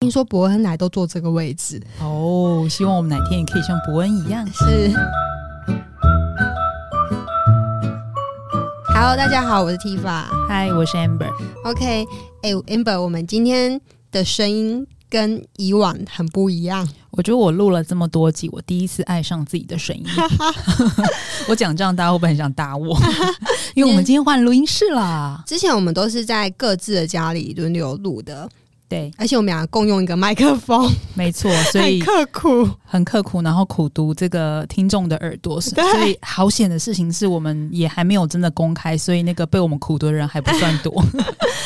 听说伯恩奶都坐这个位置，哦，希望我们哪天也可以像伯恩一样。是。Hello，大家好，我是 Tifa。嗨，我是 Amber。 OK，哎、a m b e r 我们今天的声音跟以往很不一样。我觉得我录了这么多集，我第一次爱上自己的声音。 我讲这样，大家会不会很想打我？因为我们今天换录音室啦。之前我们都是在各自的家里轮流录的，对，而且我们俩共用一个麦克风，没错，所很以刻苦。很刻苦，然后苦读这个听众的耳朵。所以好险的事情是我们也还没有真的公开，所以那个被我们苦读的人还不算多，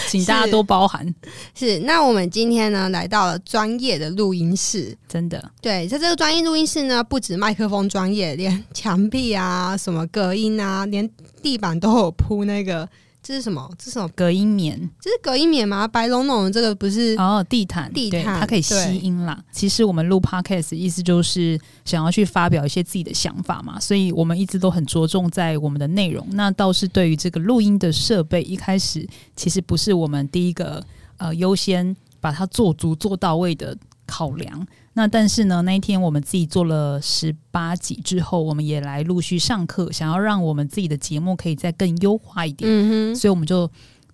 请大家多包涵。是，那我们今天呢来到了专业的录音室。真的，对，在这个专业录音室呢，不止麦克风专业，连墙壁啊、什么隔音啊，连地板都有铺那个，这是什么？这是什么？隔音棉。这是隔音棉吗？白龙龙的这个不是？哦，地毯，地对毯它可以对吸音啦。其实我们录 podcast 的意思就是想要去发表一些自己的想法嘛，所以我们一直都很着重在我们的内容。那倒是对于这个录音的设备，一开始其实不是我们第一个呃优先把它做足做到位的考量。那但是呢，那一天我们自己做了十八集之后，我们也来陆续上课，想要让我们自己的节目可以再更优化一点，嗯哼，所以我们就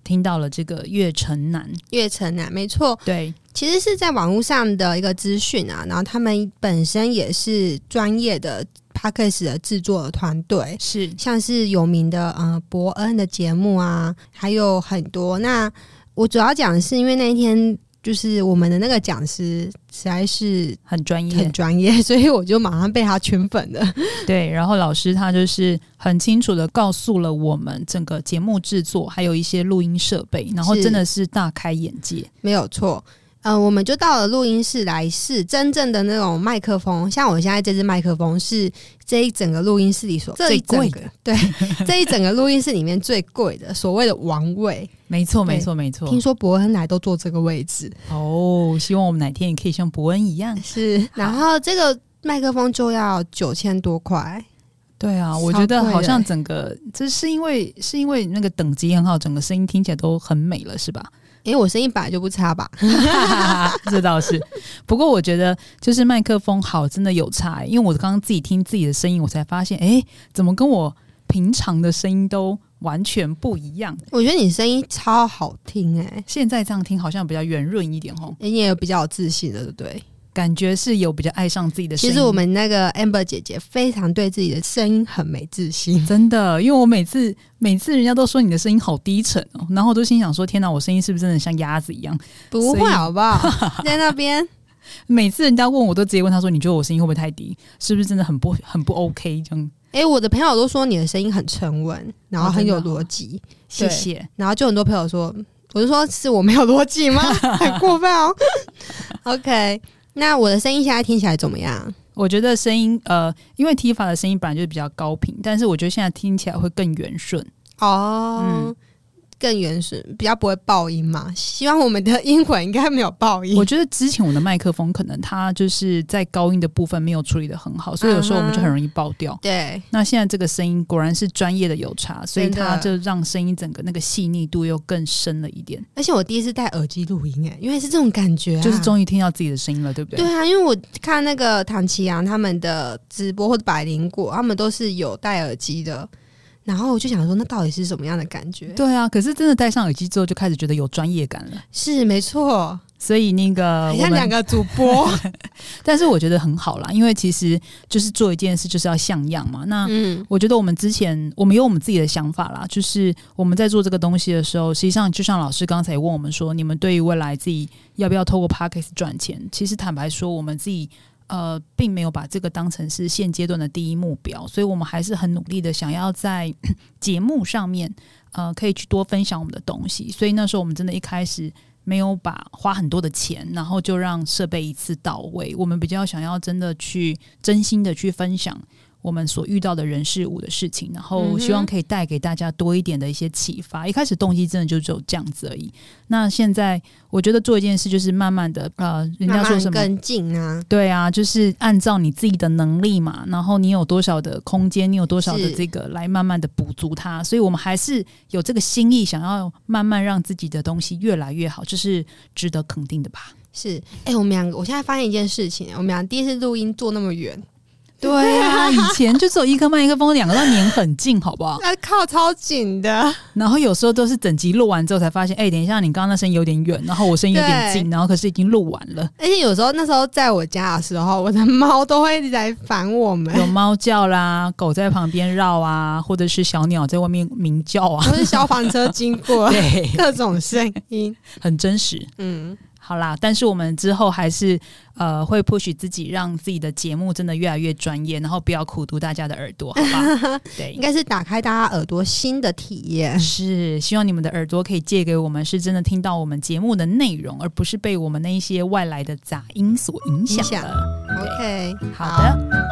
听到了这个岳城南，月城啊，没错，对，其实是在网络上的一个资讯啊，然后他们本身也是专业的 p a c k a g e 的制作团队，是像是有名的呃伯恩的节目啊，还有很多。那我主要讲的是因为那一天就是我们的那个讲师实在是很专很业，专业，所以我就马上被他圈粉了。 对。然后老师他就是很清楚的告诉了我们整个节目制作，还有一些录音设备，然后是真的是大开眼界。没有错。呃，我们就到了录音室来试真正的那种麦克风，像我现在这支麦克风是这一整个录音室里所最贵的，这一整个对， 这一整个录音室里面最贵的，所谓的王位。没错，对没错，没错听。说伯恩来都坐这个位置，哦，希望我们哪天也可以像伯恩一样。是， 然后这个麦克风就要九千多块，对啊，我超觉得贵好的像整个这是因为是因为那个等级很好，整个声音听起来都很美了，是吧？因为我声音本来就不差吧？ 这倒是，不过我觉得就是麦克风好真的有差欸、因为我刚刚自己听自己的声音，我才发现，哎、怎么跟我平常的声音都完全不一样？欸我觉得你声音超好听哎、现在这样听好像比较圆润一点哦，你也有比较有自信的，对不对？感觉是有比较爱上自己的声其音。实我们那个 Amber 姐姐非常对自己的声音很没自信，真的，因为我每次每次人家都说你的声音好低沉哦，然后我都心想说，天哪，我声音是不是真的像鸭子一样？不会好不 好？在那边每次人家问我都直接问他说，你觉得我声音会不会太低？是不是真的很不很不 OK？这样，哎、我的朋友都说你的声音很沉稳，然后哦很真的有哦逻辑，谢对谢。然后就很多朋友说，我就说是我没有逻辑 吗？很过分哦。OK，那我的声音现在听起来怎么样？我觉得声音，呃，因为 T 法的声音本来就是比较高频，但是我觉得现在听起来会更圆顺。哦，嗯更原始，比较不会爆音嘛。希望我们的英文应该没有爆音我。觉得之前我的麦克风可能它就是在高音的部分没有处理的很好，所以有时候我们啊就很容易爆掉。对，那现在这个声音果然是专业的有差，所以真的它就让声音整个那个细腻度又更深了一点，而且我第一次戴耳机录音，哎，因为是这种感觉、啊，就是终于听到自己的声音了，对不对？对啊，因为我看那个唐奇阳他们的直播或者百灵果，他们都是有戴耳机的，然后我就想说，那到底是什么样的感觉？对啊，可是真的戴上耳机之后，就开始觉得有专业感了。是没错，所以那很个呃我像们哎两个主 播，但是我觉得很好啦，因为其实就是做一件事就是要像样嘛。那嗯，我觉得我们之前我们有我们自己的想法啦，就是我们在做这个东西的时候，实际上就像老师刚才也问我们说，你们对于未来自己要不要透过 p a c k a s 赚钱？其实坦白说，我们自己。呃，并没有把这个当成是现阶段的第一目标，所以我们还是很努力的想要在 节目上面，呃，可以去多分享我们的东西。所以那时候我们真的一开始没有把花很多的钱，然后就让设备一次到位。我们比较想要真的去真心的去分享我们所遇到的人事物的事情，然嗯后哼希望可以带给大家多一点的一些启发。一开始动机真的就只有这样子而已。那现在我觉得做一件事就是慢慢的，呃，人家慢说慢什么跟进啊，对啊，就是按照你自己的能力嘛，然后你有多少的空间，你有多少的是这个来慢慢的补足它。所以我们还是有这个心意，想要慢慢让自己的东西越来越好，这是值得肯定的吧？是，哎、我们两个，我现在发现一件事情，我们俩第一次录音坐那么远，对啊， 以前就只有一颗麦克风，两个都粘很近，好 不好？那哎靠超紧的，然后有时候都是整集录完之后才发现，哎、等一下，你刚刚那声音有点远，然后我声音有点近，然后可是已经录完了，而且有时候那时候在我家的时候，我的猫都会一直来烦我们， 有猫叫啦，狗在旁边绕啊，或者是小鸟在外面鸣叫啊， 或是消防车经过，对，各种声音，很真实。嗯，好啦，但是我们之后还是呃会 push 自己，让自己的节目真的越来越专业，然后不要苦读大家的耳朵，好 吧？对应。该是打开大家耳朵新的体验。是，希望你们的耳朵可以借给我们，是真的听到我们节目的内容，而不是被我们那一些外来的杂音所影响影响的。 OK，好的，